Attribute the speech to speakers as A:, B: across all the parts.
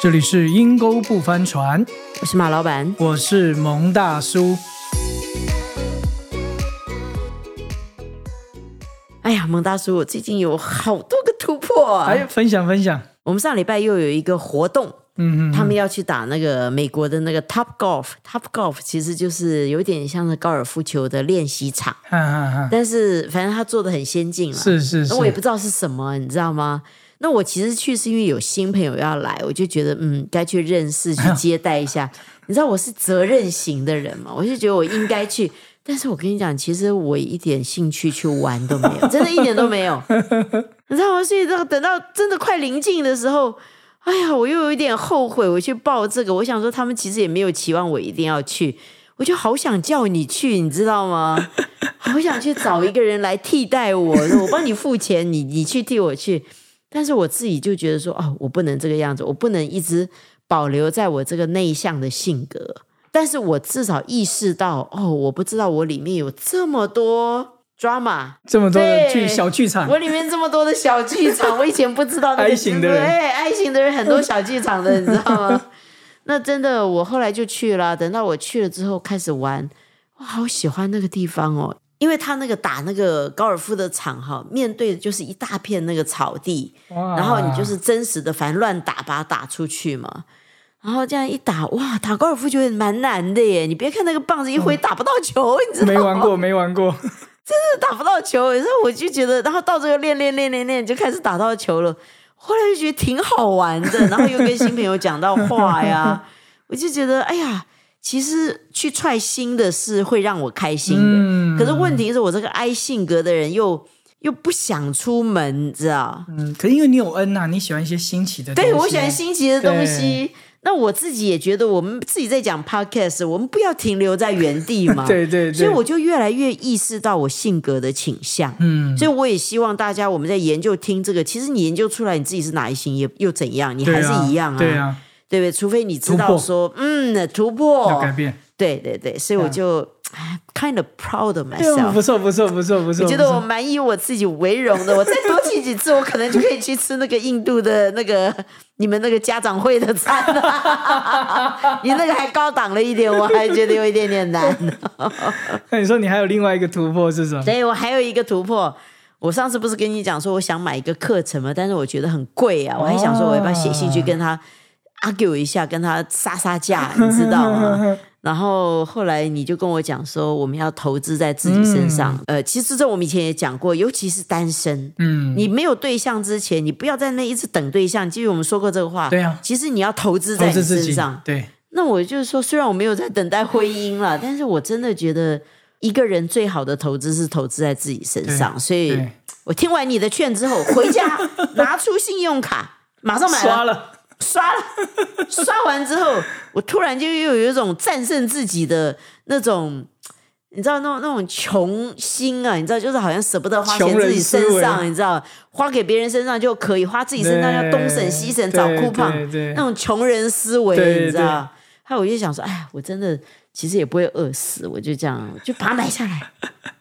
A: 这里是阴沟不翻船，
B: 我是马老板。
A: 我是蒙大叔。
B: 哎呀，蒙大叔，我最近有好多个突破、啊。
A: 哎，分享分享，
B: 我们上礼拜又有一个活动，
A: 嗯嗯，
B: 他们要去打那个美国的那个 Top Golf。Top Golf 其实就是有点像是高尔夫球的练习场，
A: 哈哈哈，
B: 但是反正他做的很先进了。
A: 是是是
B: 那，我也不知道是什么，你知道吗？那我其实去是因为有新朋友要来，我就觉得嗯，该去认识、去接待 一下。你知道我是责任型的人嘛，我就觉得我应该去。但是我跟你讲，其实我一点兴趣去玩都没 有，真的一点都没有。你知道吗？所以到等到真的快临近的时候，哎呀，我又有一点后悔，我去报这个。我想说，他们其实也没有期望我一定要去，我就好想叫你去，你知道吗？好想去找一个人来替代我，我帮你付钱，你你去替我去。但是我自己就觉得说，哦，我不能这个样子，我不能一直保留在我这个内向的性格。但是我至少意识到，哦，我不知道我里面有这么多 drama，
A: 这么多的剧
B: 对
A: 小剧场
B: 我，里面这么多的小剧场，我以前不知道 那个
A: I 型的人
B: 哎，I 型的人很多小剧 场的，你知道吗？那真的，我后来就去了。等到我去了之后，开始玩，我好喜欢那个地方哦，因为他那个打那个高尔夫的场哈，面对的就是一大片那个草地，
A: 哇
B: 然后你就是真实的，反正乱打，把它打出去嘛。然后这样一打，哇，打高尔夫球也蛮难的耶！你别看那个棒子一挥
A: 嗯
B: 打不到球，你知道吗？
A: 没玩过没玩 过，
B: 打不到球，然后我就觉得，然后到这个练练练练练，就开始打到球了。后来就觉得挺好玩的，然后又跟新朋友讲到话呀，我就觉得，哎呀，其实去踹新的是会让我开心的。
A: 嗯，
B: 可是问题是我这个 I 性格的人又又不想出门，你知道？
A: 嗯，可是因为你有恩
B: 啊
A: 呐，你喜欢一些新奇的东西啊，
B: 对，我喜欢新奇的东
A: 对
B: 西。那我自己也觉得，我们自己在讲 podcast，我们不要停留在原地嘛。
A: 对对对，
B: 所以我就越来越意识到我性格的倾向。
A: 嗯，
B: 所以我也希望大家，我们在研究听这个，其实你研究出来你自己是哪一型，也又怎样？你
A: 对
B: 还是一样啊，
A: 对啊，
B: 对不对？除非你知
A: 突
B: 道
A: 破
B: 说，嗯，突
A: 要
B: 破
A: 改，变，
B: 对对对，所以我就、kind of proud of
A: 哎呦
B: myself。
A: 不错不错不错不错，
B: 我觉得
A: 不错
B: 我蛮以我自己为荣 的，我再多去几次，我可能就可以去吃那个印度的那个 你们那个家长会的餐了。 你那个还高档了一点，我还觉得有一点点难。
A: 那你说你还有另外一个突破是什么？
B: 对我还有一个突破，我上次不是跟你讲说我想买一个课程嘛，但是我觉得很贵啊，我还想说我要不要写信去跟
A: 哦
B: 他 argue 一下，跟他杀杀价，你知道 吗？然后后来你就跟我讲说，我们要投资在自己身上。呃，其实这我们以前也讲过，尤其是单身，
A: 嗯，
B: 你没有对象之前，你不要在那一直等对象。记得我们说过这个话，
A: 对啊
B: 其实你要投资
A: 投
B: 在
A: 资
B: 你
A: 自己
B: 身上，。
A: 对，
B: 那我就是说，虽然我没有在等待婚姻了，但是我真的觉得一个人最好的投资是投资在自己身上。所以
A: 对，
B: 我听完你的劝之后，回家 拿出信用卡，马上买
A: 刷
B: 了，
A: 了，
B: 刷了，刷完之后，我突然就又有一种战胜自己的那种。你知道那种那种穷心啊，你知道就是好像舍不得花钱
A: 穷人
B: 自己身
A: 思
B: 上，你知道花给别人身上就可以，花自己身上要东省西省找
A: 对
B: 酷胖，
A: 对对
B: 那种穷人思维，
A: 对
B: 你知道？还有我就想说，哎，我真的其实也不会饿死，我就这样就把它买下 来。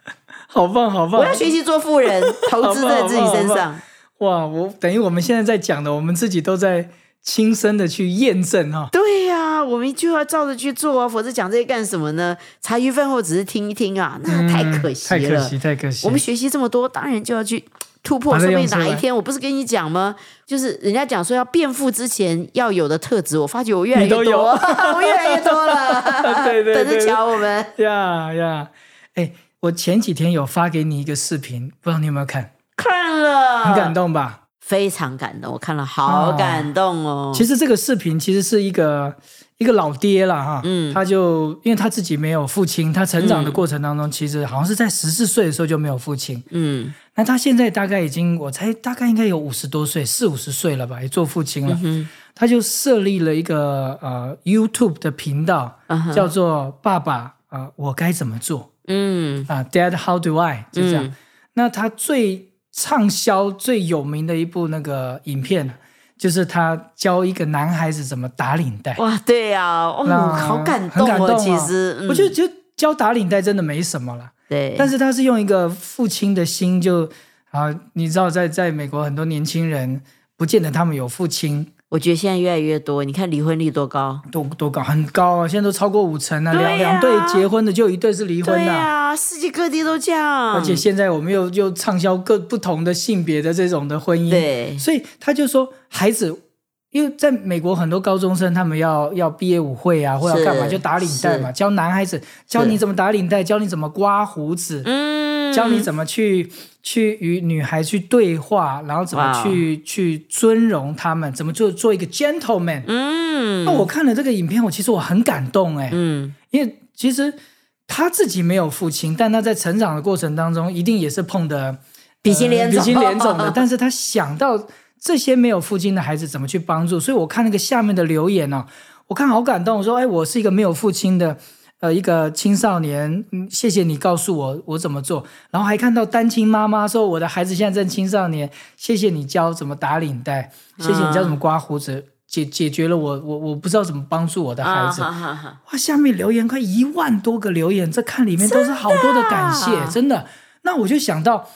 A: 好棒好棒！
B: 我要学习做富 人，投资在自己身
A: 好棒好
B: 上
A: 棒。哇，我等于我们现在在讲的，我们自己都在亲身的去验证啊哈、
B: 对呀、我们就要照着去做啊，否则讲这些干什么呢？茶余饭后只是听一听啊，那太可惜
A: 嗯太可
B: 了。
A: 惜，太可惜。
B: 我们学习这么多，当然就要去突破。
A: 把它
B: 说不定
A: 用出来
B: 哪一天，我不是跟你讲吗？就是人家讲说要变富之前要有的特质，我发觉我越来越
A: 你都有
B: 多， 我越来越多了。
A: 对对对
B: 等着瞧我们。
A: 呀呀，哎，我前几天有发给你一个视频，不知道你有没有看，
B: 看了，
A: 很感，动吧？
B: 非常感动，我看了好感动哦。
A: 啊其实这个视频其实是一个一个老爹啦，哈，
B: 嗯
A: 他就因为他自己没有父亲，他成长的过程当中，其实好像是在十四岁的时候就没有父亲，
B: 嗯
A: 那他现在大概已经，我猜大概应该有五十多岁，四五十岁了吧，也做父亲
B: 嗯
A: 了。他就设立了一个呃 YouTube 的频道，
B: 嗯哼
A: 叫做“爸爸啊、呃我该怎么做
B: 嗯”
A: 啊、d a d How Do I” 就这样。
B: 嗯
A: 那他最畅销、最有名的一部那个影片，就是他教一个男孩子怎么打领带。
B: 哇，对呀、哦，
A: 那
B: 好感
A: 很
B: 动
A: 感
B: 哦。
A: 动啊
B: 其实，嗯
A: 我觉得就教打领带真的没什么了。
B: 对，
A: 但
B: 是
A: 是他是用一个父亲的心就，啊，你知道在在美国很多年轻人不见得他们有父亲，
B: 我觉得现在越来越多，你看离婚率多高？
A: 多多高，很高啊！现在都超过五成啊，
B: 对
A: 两两
B: 呀
A: 对结婚的就有一对是离婚
B: 对
A: 的、
B: 呀、世界各地都这样。
A: 而且现在我们又又畅销各不同的性别的这种的婚姻，
B: 对
A: 所以他就说，孩子，因为在美国很多高中生他们要要毕业舞会啊，或者
B: 是
A: 要干嘛就打领带嘛，教男孩子教你怎么打领带，教你怎么刮胡子，
B: 嗯，
A: 教你怎么去去与女孩去对话，然后怎么
B: 哇
A: 去去尊荣他们，怎么做做一个 gentleman。
B: 嗯，
A: 那我看了这个影片，我其实我很感动哎、
B: 嗯
A: 因为其实他自己没有父亲，但他在成长的过程当中，一定也是碰的
B: 鼻青脸肿
A: 鼻青脸肿的。但是他想到这些没有父亲的孩子怎么去帮助，所以我看那个下面的留言哦，我看好感动。我说，哎，我是一个没有父亲的。呃，一个青少年，嗯，谢谢你告诉我我怎么做，然后还看到单亲妈妈说我的孩子现在正青少年，谢谢你教怎么打领带，谢谢你教怎么
B: 嗯
A: 刮胡子，解解决了我我我不知道怎么帮助我的孩
B: 啊，
A: 子，
B: 好好好，
A: 哇，下面留言快一万多个留言，这看里面都是好多的感谢，真
B: 真
A: 的
B: 的
A: 那我就想到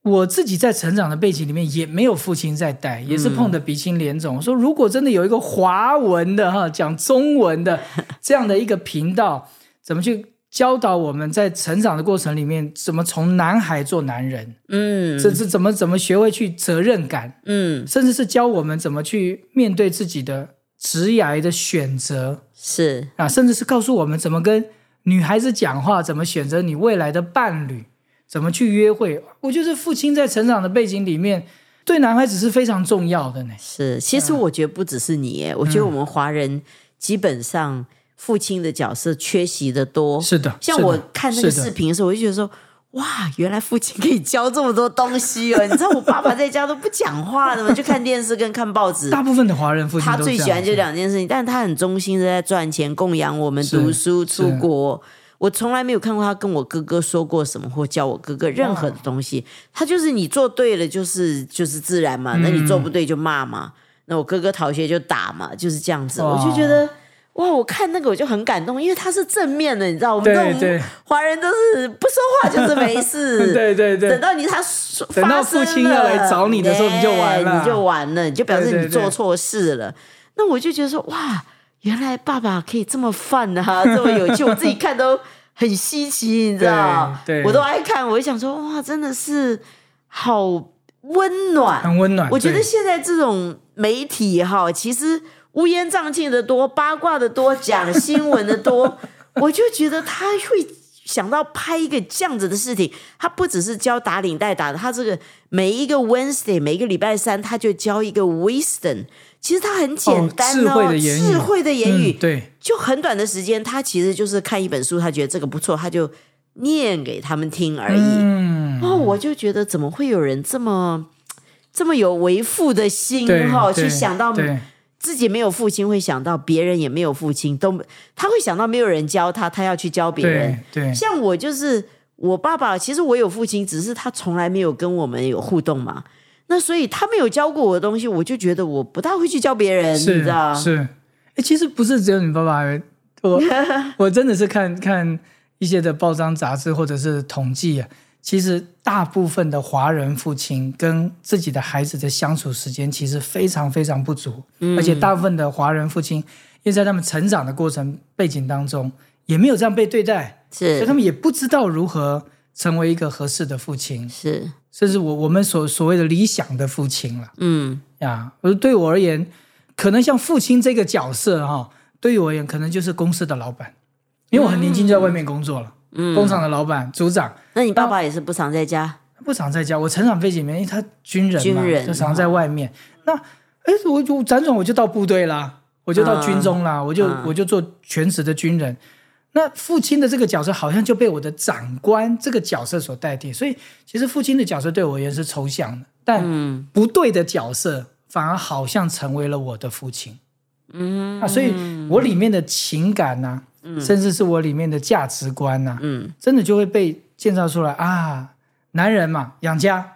A: 我自己在成长的背景里面也没有父亲在带，也是碰得鼻青脸肿。我说如果真的有一个华文的哈讲中文 的这样的一个频道，怎么去？教导我们在成长的过程里面，怎么从男孩做男人，
B: 嗯
A: 这这怎么怎么学会去责任感，
B: 嗯
A: 甚至是教我们怎么去面对自己的职涯的选择，
B: 是
A: 啊，甚至是告诉我们怎么跟女孩子讲话，怎么选择你未来的伴侣，怎么去约会。我觉得父亲在成长的背景里面，对男孩子是非常重要的呢。
B: 是，其实我觉得不只是你
A: 嗯
B: 耶，我觉得我们华人基本上父亲的角色缺席的多。
A: 是的，
B: 像
A: 是的
B: 我看那个
A: 是
B: 视
A: 的
B: 频的时候，我就觉得说，哇，原来父亲可以教这么多东西哦！你知道我爸爸在家都不讲话的嘛， 就看电视跟看报纸。
A: 大部分的华人父亲
B: 他
A: 都这
B: 最
A: 样
B: 喜欢就
A: 子
B: 两件事情，但他很忠心的在赚钱供养我们读书
A: 是
B: 出国。我从来没有看过他跟我哥哥说过什么，或教我哥哥任何的东西。他就是你做对了，就是就是自然嘛；那你
A: 嗯
B: 做不对就骂嘛。那我哥哥逃学就打嘛，就是这样子。
A: 哇
B: 我就觉得哇，我看那个我就很感动，因为他是正面的，你知道，我们
A: 对
B: 这
A: 对
B: 种华人都是不说话就是没事。
A: 嗯对对对
B: 等到你他说
A: 等到父亲要来找你的时候
B: 发
A: 你
B: 生
A: 就完了
B: 哎你就完了，你就表
A: 对对
B: 示
A: 对
B: 你做错事了。那我就觉得说，哇，原来爸爸可以这么犯 啊，这么有趣，我自己看都很稀奇，你知道？
A: 对对
B: 我都爱看，我就想说，哇，真的是好温暖，
A: 很温暖。
B: 我觉得
A: 啊对
B: 现在这种媒体哈，其实乌烟瘴气的多，八卦的多，讲新闻的 多，我就觉得他会想到拍一个这样子的事情。他不只是教打领带打的，他这个每一个 Wednesday，每一个礼拜三，他就教一个 wisdom。其实他很简单
A: 哦智
B: 哦，
A: 慧的言语
B: 智慧的言语
A: 嗯、对
B: 就很短的时间，他其实就是看一本书，他觉得这个不错，他就念给他们听而已。
A: 嗯，
B: 哦，我就觉得怎么会有人这么这么有为父的心
A: 对
B: 哈、去
A: 对
B: 想到
A: 对
B: 自己没有父亲，会想到别人也没有父亲，都他会想到没有人教他，他要去教别
A: 对
B: 人。
A: 对
B: 像我就是我爸爸，其实我有父亲，只是他从来没有跟我们有互动嘛。那所以他没有教过我的东西，我就觉得我不大会去教别人，你
A: 是
B: 知道？
A: 是，哎，其实不是只有你爸爸， 我我真的是看看一些的报章杂志或者是统计啊，其实大部分的华人父亲跟自己的孩子的相处时间其实非常非常不足，
B: 嗯
A: 而且大部分的华人父亲，因为在他们成长的过程背景当中也没有这样被对待，所以他
B: 是
A: 们也不知道如何成为一个合适的父亲，
B: 是，
A: 甚至我我们所所谓的理想的父亲了。
B: 嗯，
A: 呀，而对我而言，可能像父亲这个角色哈、对于我而言，可能就是公司的老板，因为我很年轻就在外面工作了，
B: 嗯
A: 工厂的老板、组长，
B: 那你爸爸也是不常在家，
A: 不常在家。我成长背景里面，因为他军人嘛，
B: 军人啊
A: 就常在外面。那哎，我就辗转我就到部队啦，我就到
B: 嗯
A: 军中啦，我就、我就做全职的军人。那父亲的这个角色好像就被我的长官这个角色所代替，所以其实父亲的角色对我而言是抽象的，但
B: 嗯
A: 不对的角色反而好像成为了我的父亲。嗯啊，所以我里面的情感呐、甚至是我里面的价值观呐、
B: 嗯，
A: 真的就会被建造出来啊。男人嘛，养家，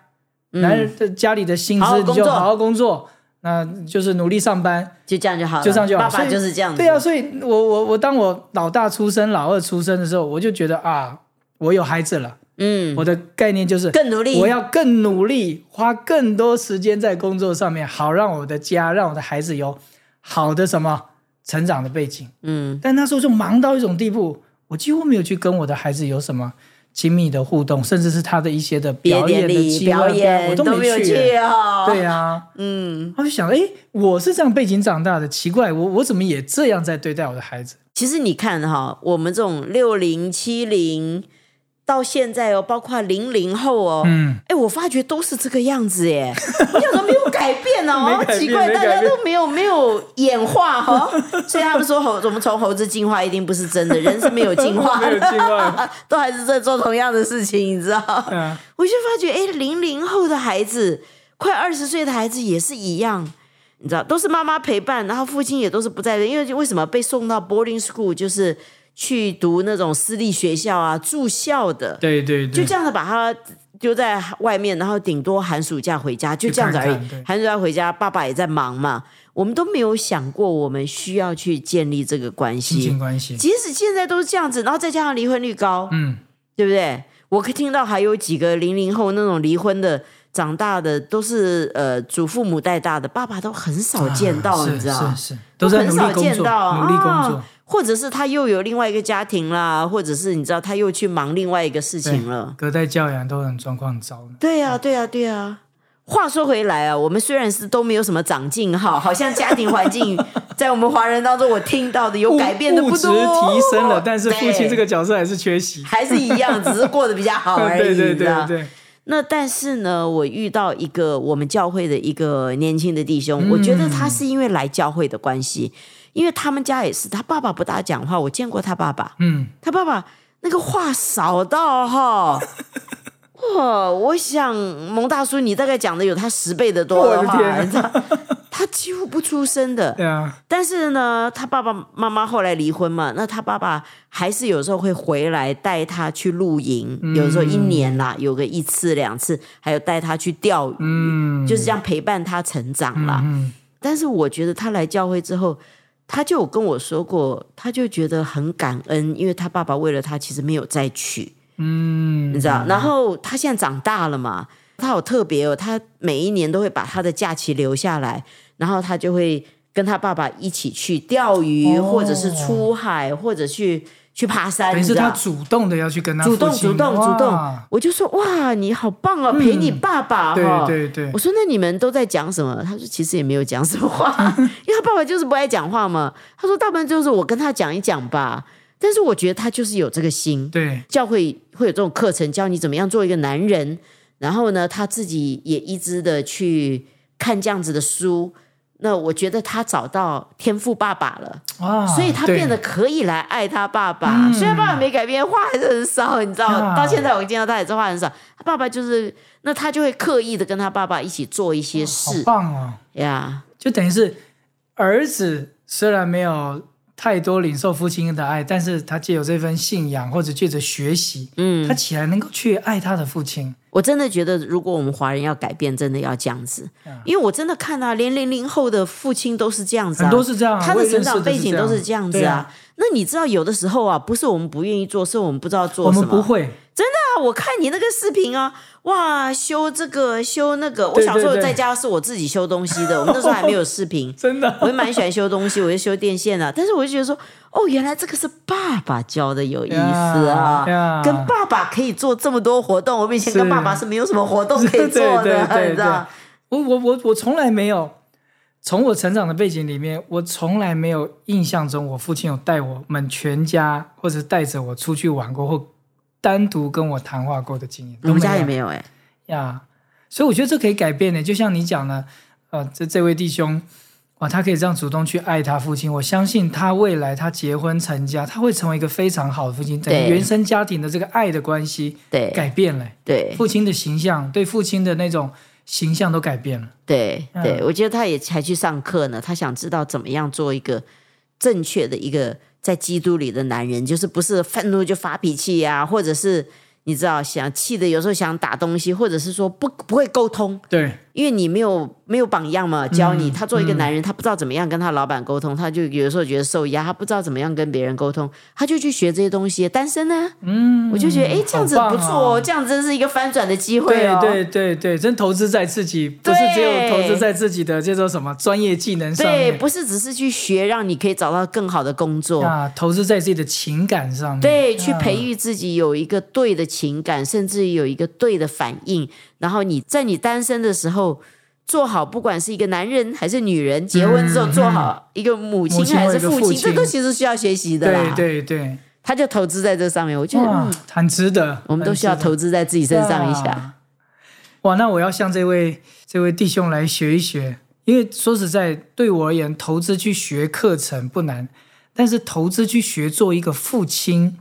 A: 男人的家里的薪
B: 嗯好好
A: 资你
B: 工
A: 就
B: 作
A: 好好工作，那就是努力上班，
B: 就这样就好了，
A: 就这样就好。
B: 爸爸
A: 所以
B: 就是这样子，
A: 对啊，所以我我我当我老大出生、老二出生的时候，我就觉得啊，我有孩子了，
B: 嗯，
A: 我的概念就是
B: 更努力
A: 我要更努力，花更多时间在工作上面，好让我的家，让我的孩子有好的什么成长的背景。
B: 嗯
A: 但那时候就忙到一种地步，我几乎没有去跟我的孩子有什么亲密的互动，甚至是他的一些的
B: 别
A: 表演的
B: 典礼
A: 机会啊
B: 表
A: 我
B: 演
A: 都
B: 没有
A: 去。
B: 去哦。
A: 对啊，
B: 嗯，
A: 我就想，哎，我是这样背景长大的，奇怪，我我怎么也这样在对待我的孩子？
B: 其实你看哈，我们这种六零七零到现在哦，包括零零后哦，
A: 嗯，
B: 哎，我发觉都是这个样 子耶，我想说没有改变哦，
A: 没改变
B: 奇怪，
A: 没改
B: 大
A: 变
B: 家都没有没有演 化哈、哦，所以他们说猴，我们从猴子进化一定不是真的，人是没有进化
A: 没有
B: 的，
A: 进化
B: 都还是在做同样的事情，你知道？
A: 嗯，
B: 我就发觉，哎，零零后的孩子，快二十岁的孩子也是一样，你知道，都是妈妈陪伴，然后父亲也都是不在的，因为为什么被送到 boarding school，就是去读那种私立学校啊，住校的，
A: 对对
B: 就
A: 对，
B: 这样子把他丢在外面，然后顶多寒暑假回家，就这样子而已。
A: 去看看对
B: 寒暑假回家，爸爸也在忙嘛，我们都没有想过我们需要去建立这个关
A: 亲情
B: 系。
A: 关系，
B: 即使现在都是这样子，然后再加上离婚率高，
A: 嗯，
B: 对不对？我可听到还有几个零零后那种离婚的，长大的都是呃祖父母带大的，爸爸都很少见到，
A: 啊
B: 你知道
A: 是
B: 吗？
A: 是是，都在
B: 很
A: 努
B: 少
A: 力工
B: 见
A: 作，
B: 到，
A: 努力工作
B: 啊，或者是他又有另外一个家庭啦，或者是你知道他又去忙另外一个事情了。
A: 隔代教养都很状况很糟呢。
B: 对呀、对呀、对呀、话说回来啊，我们虽然是都没有什么长进哈，好像家庭环境 在我们华人当中，我听到的有
A: 物
B: 改变的不
A: 物质
B: 多，哦
A: 提升了，但是父亲
B: 对
A: 这个角色还是缺席。
B: 还是一样，只是过得比较好而已，
A: 对对
B: 你知
A: 对
B: 道
A: 对，
B: 那但是呢，我遇到一个我们教会的一个年轻的弟兄，我觉得
A: 嗯
B: 他是因为来教会的关系，因为他们家也是，他爸爸不大讲话，我见过他爸爸，
A: 嗯，
B: 他爸爸那个话少 到哈、哇，我想蒙大叔，你大概讲的有他十倍的多
A: 我的
B: 话，
A: 天啊
B: 你知道，他几乎不出 声的，
A: 对啊，
B: 但是呢，他爸爸妈妈后来离婚嘛，那他爸爸还是有时候会回来带他去露营，有时候一年啦，有个一次两次，还有带他去钓鱼，
A: 嗯，
B: 就是这样陪伴他成长啦。
A: 嗯，
B: 但是我觉得他来教会之后，他就有跟我说过，他就觉得很感恩，因为他爸爸为了他其实没有再娶，
A: 嗯
B: 你知道。然后他现在长大了嘛，哦他好特别哦，他每一年都会把他的假期留下来，然后他就会跟他爸爸一起去钓鱼，
A: 哦
B: 或者是出海，或者去去爬山，
A: 等于
B: 你
A: 是
B: 知
A: 他
B: 道。
A: 主动的要去跟他
B: 主动
A: 父亲
B: 主动主动
A: 哇，嗯
B: 我就说哇，你好棒哦，陪你爸爸
A: 对
B: 哦。
A: 对对
B: 我，说那你们都在讲什么？他说其实也没有讲什么话，因为他爸爸就是不爱讲话嘛。他说大部分就是我跟他讲一讲吧，但是我觉得他就是有这个心，
A: 对，
B: 教会会有这种课程，教你怎么样做一个男人。然后呢，他自己也一直的去看这样子的书。那我觉得他找到天赋爸爸了，
A: 哇，
B: 所以他
A: 啊对嗯
B: 变得可以来爱他爸爸。虽然爸爸没改变，话还是很少，你知道，
A: 啊
B: 到现在我见到他也是话很少。他爸爸就是，那他就会刻意的跟他爸爸一起做一些
A: 好
B: 事
A: 棒哦，
B: 呀。
A: 就等于是儿子虽然没有太多领受父亲的爱，但是他借由这份信仰或者借着学习，
B: 嗯，
A: 他起来能够去爱他的父亲，
B: 我真的觉得，如果我们华人要改变，真的要这样子，
A: 嗯
B: 因为我真的看到、连零零后的父亲都是这样子、啊，
A: 很多是这样啊，
B: 他
A: 我
B: 的
A: 也认
B: 成
A: 识
B: 长背景都是这样子啊。
A: 样。
B: 那你知道，有的时候啊，不是我们不愿意做，是我们不知道
A: 对啊我
B: 做什
A: 们
B: 么。
A: 不会，
B: 啊，我看你那个视频啊，哇，修这个修那个。我
A: 对
B: 小时候
A: 对对。
B: 在家是我自己修东西的，我们那时候还没有视频
A: 真的
B: 我也蛮喜欢修东西，我就修电线啊。但是我就觉得说，哦，原来这个是爸爸教的，有意思啊。
A: 呀呀
B: 跟爸爸可以做这么多活动，我们以前跟
A: 是
B: 爸爸是没有什么活动可以做
A: 对对
B: 的，
A: 对
B: 你知道？
A: 我我我我从来没有，从我成长的背景里面，我从来没有印象中我父亲有带我们全家，或者带着我出去玩过，或单独跟我谈话过的经验。
B: 我们家也
A: 有
B: 没有哎、
A: 呀，所以我觉得这可以改变的。就像你讲的，呃，这这位弟兄，哇，他可以这样主动去爱他父亲，我相信他未来他结婚成家，他会成为一个非常好的父亲。整个
B: 对
A: 原生家庭的这个爱的关系
B: 对
A: 改变了，
B: 对
A: 父亲的形象，对父亲的那种形象都改变了。
B: 对
A: 嗯
B: 对，我觉得他也才去上课呢，他想知道怎么样做一个正确的一个在基督里的男人，就是不是愤怒就发脾气呀、或者是你知道想气的，有时候想打东西，或者是说不不会沟通，
A: 对，
B: 因为你没有没有榜样嘛，教
A: 嗯
B: 你。他作为一个男人，他不知道怎么样跟他老板沟通，他就有的时候觉得受压，他不知道怎么样跟别人沟通，他就去学这些东西。单身呢、嗯，我就觉得哎，这样子
A: 好棒
B: 不
A: 哦
B: 错哦，这样子真是一个翻转的机会
A: 对
B: 哦。
A: 对对对，真投资在自己，不是只有
B: 对
A: 投资在自己的这种什么专业技能上
B: 对，
A: 面
B: 不是只是去学，让你可以找到更好的工作。
A: 啊，投资在自己的情感上面。
B: 对，去培育自己有一个对的情感，甚至于有一个对的反应。然后你在你单身的时候做好，不管是一个男人还是女人，结婚之后做好一个母亲
A: 母亲
B: 还
A: 或
B: 是
A: 一个
B: 父
A: 父
B: 亲，这
A: 亲
B: 都其实需要学习的
A: 对
B: 啦。
A: 对对，
B: 他就投资在这上面，我觉得
A: 哇
B: 嗯，
A: 很值得，
B: 我们都需要
A: 很值得啊
B: 投资在自己身上一下。
A: 哇。哇，那我要向这位这位弟兄来学一学，因为说实在，对我而言，投资去学课程不难，但是投资去学做一个父亲，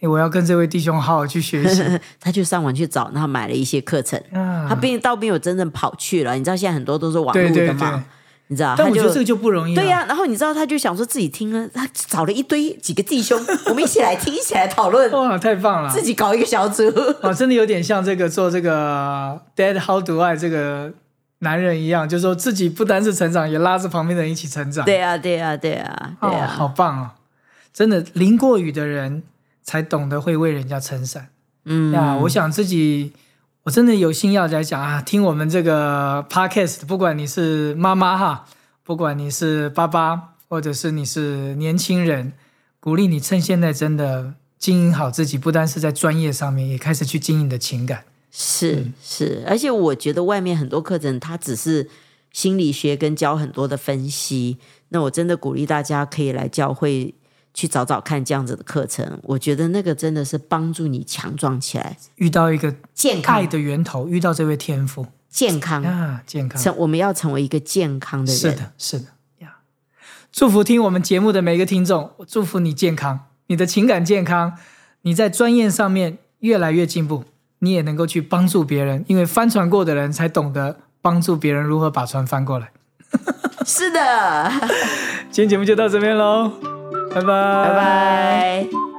A: 诶我要跟这位弟兄好好去学习
B: 他就上网去找，然后买了一些课程。
A: 啊
B: 他。并倒没有真正跑去了，你知道现在很多都是网
A: 对
B: 络
A: 对
B: 的
A: 对，
B: 嘛，你知道？
A: 但
B: 他
A: 我觉
B: 就
A: 得这个就不容易了。
B: 对呀、然后你知道他就想说自己听了，他找了一堆几个弟兄， 我们一起来听，一起来讨论，
A: 哇，太棒了
B: 自！己搞一个小组。
A: 哇，真的有点像这个做这个 “Dad How Do I” 这个男人一样，就是说自己不单是成长，也拉着旁边的人一起成长。
B: 对呀、对呀、对呀、对
A: 哦，
B: 呀、
A: 好棒哦！真的淋过雨的人才懂得会为人家撑伞、
B: 嗯，
A: 呀。我想自己，我真的有心要来讲啊，听我们这个 podcast，不管你是妈妈哈，不管你是爸爸，或者是你是年轻人，鼓励你趁现在真的经营好自己，不单是在专业上面，也开始去经营你的情感。
B: 是是，而且我觉得外面很多课程，它只是心理学跟教很多的分析。那我真的鼓励大家可以来教会去找找看这样子的课程，我觉得那个真的是帮助你强壮起来，
A: 遇到一个
B: 健
A: 爱
B: 康
A: 的源头，遇到这位天赋
B: 健康。
A: 啊，健康。
B: 成，我们要成为一个健嗯康的人。
A: 是的，是的呀。祝福听我们节目的每一个听众，我祝福你健康，你的情感健康，你在专业上面越来越进步，你也能够去帮助别人，因为帆船过的人才懂得帮助别人如何把船翻过来。
B: 是的，
A: 今天节目就到这边喽，拜拜，
B: 拜。拜。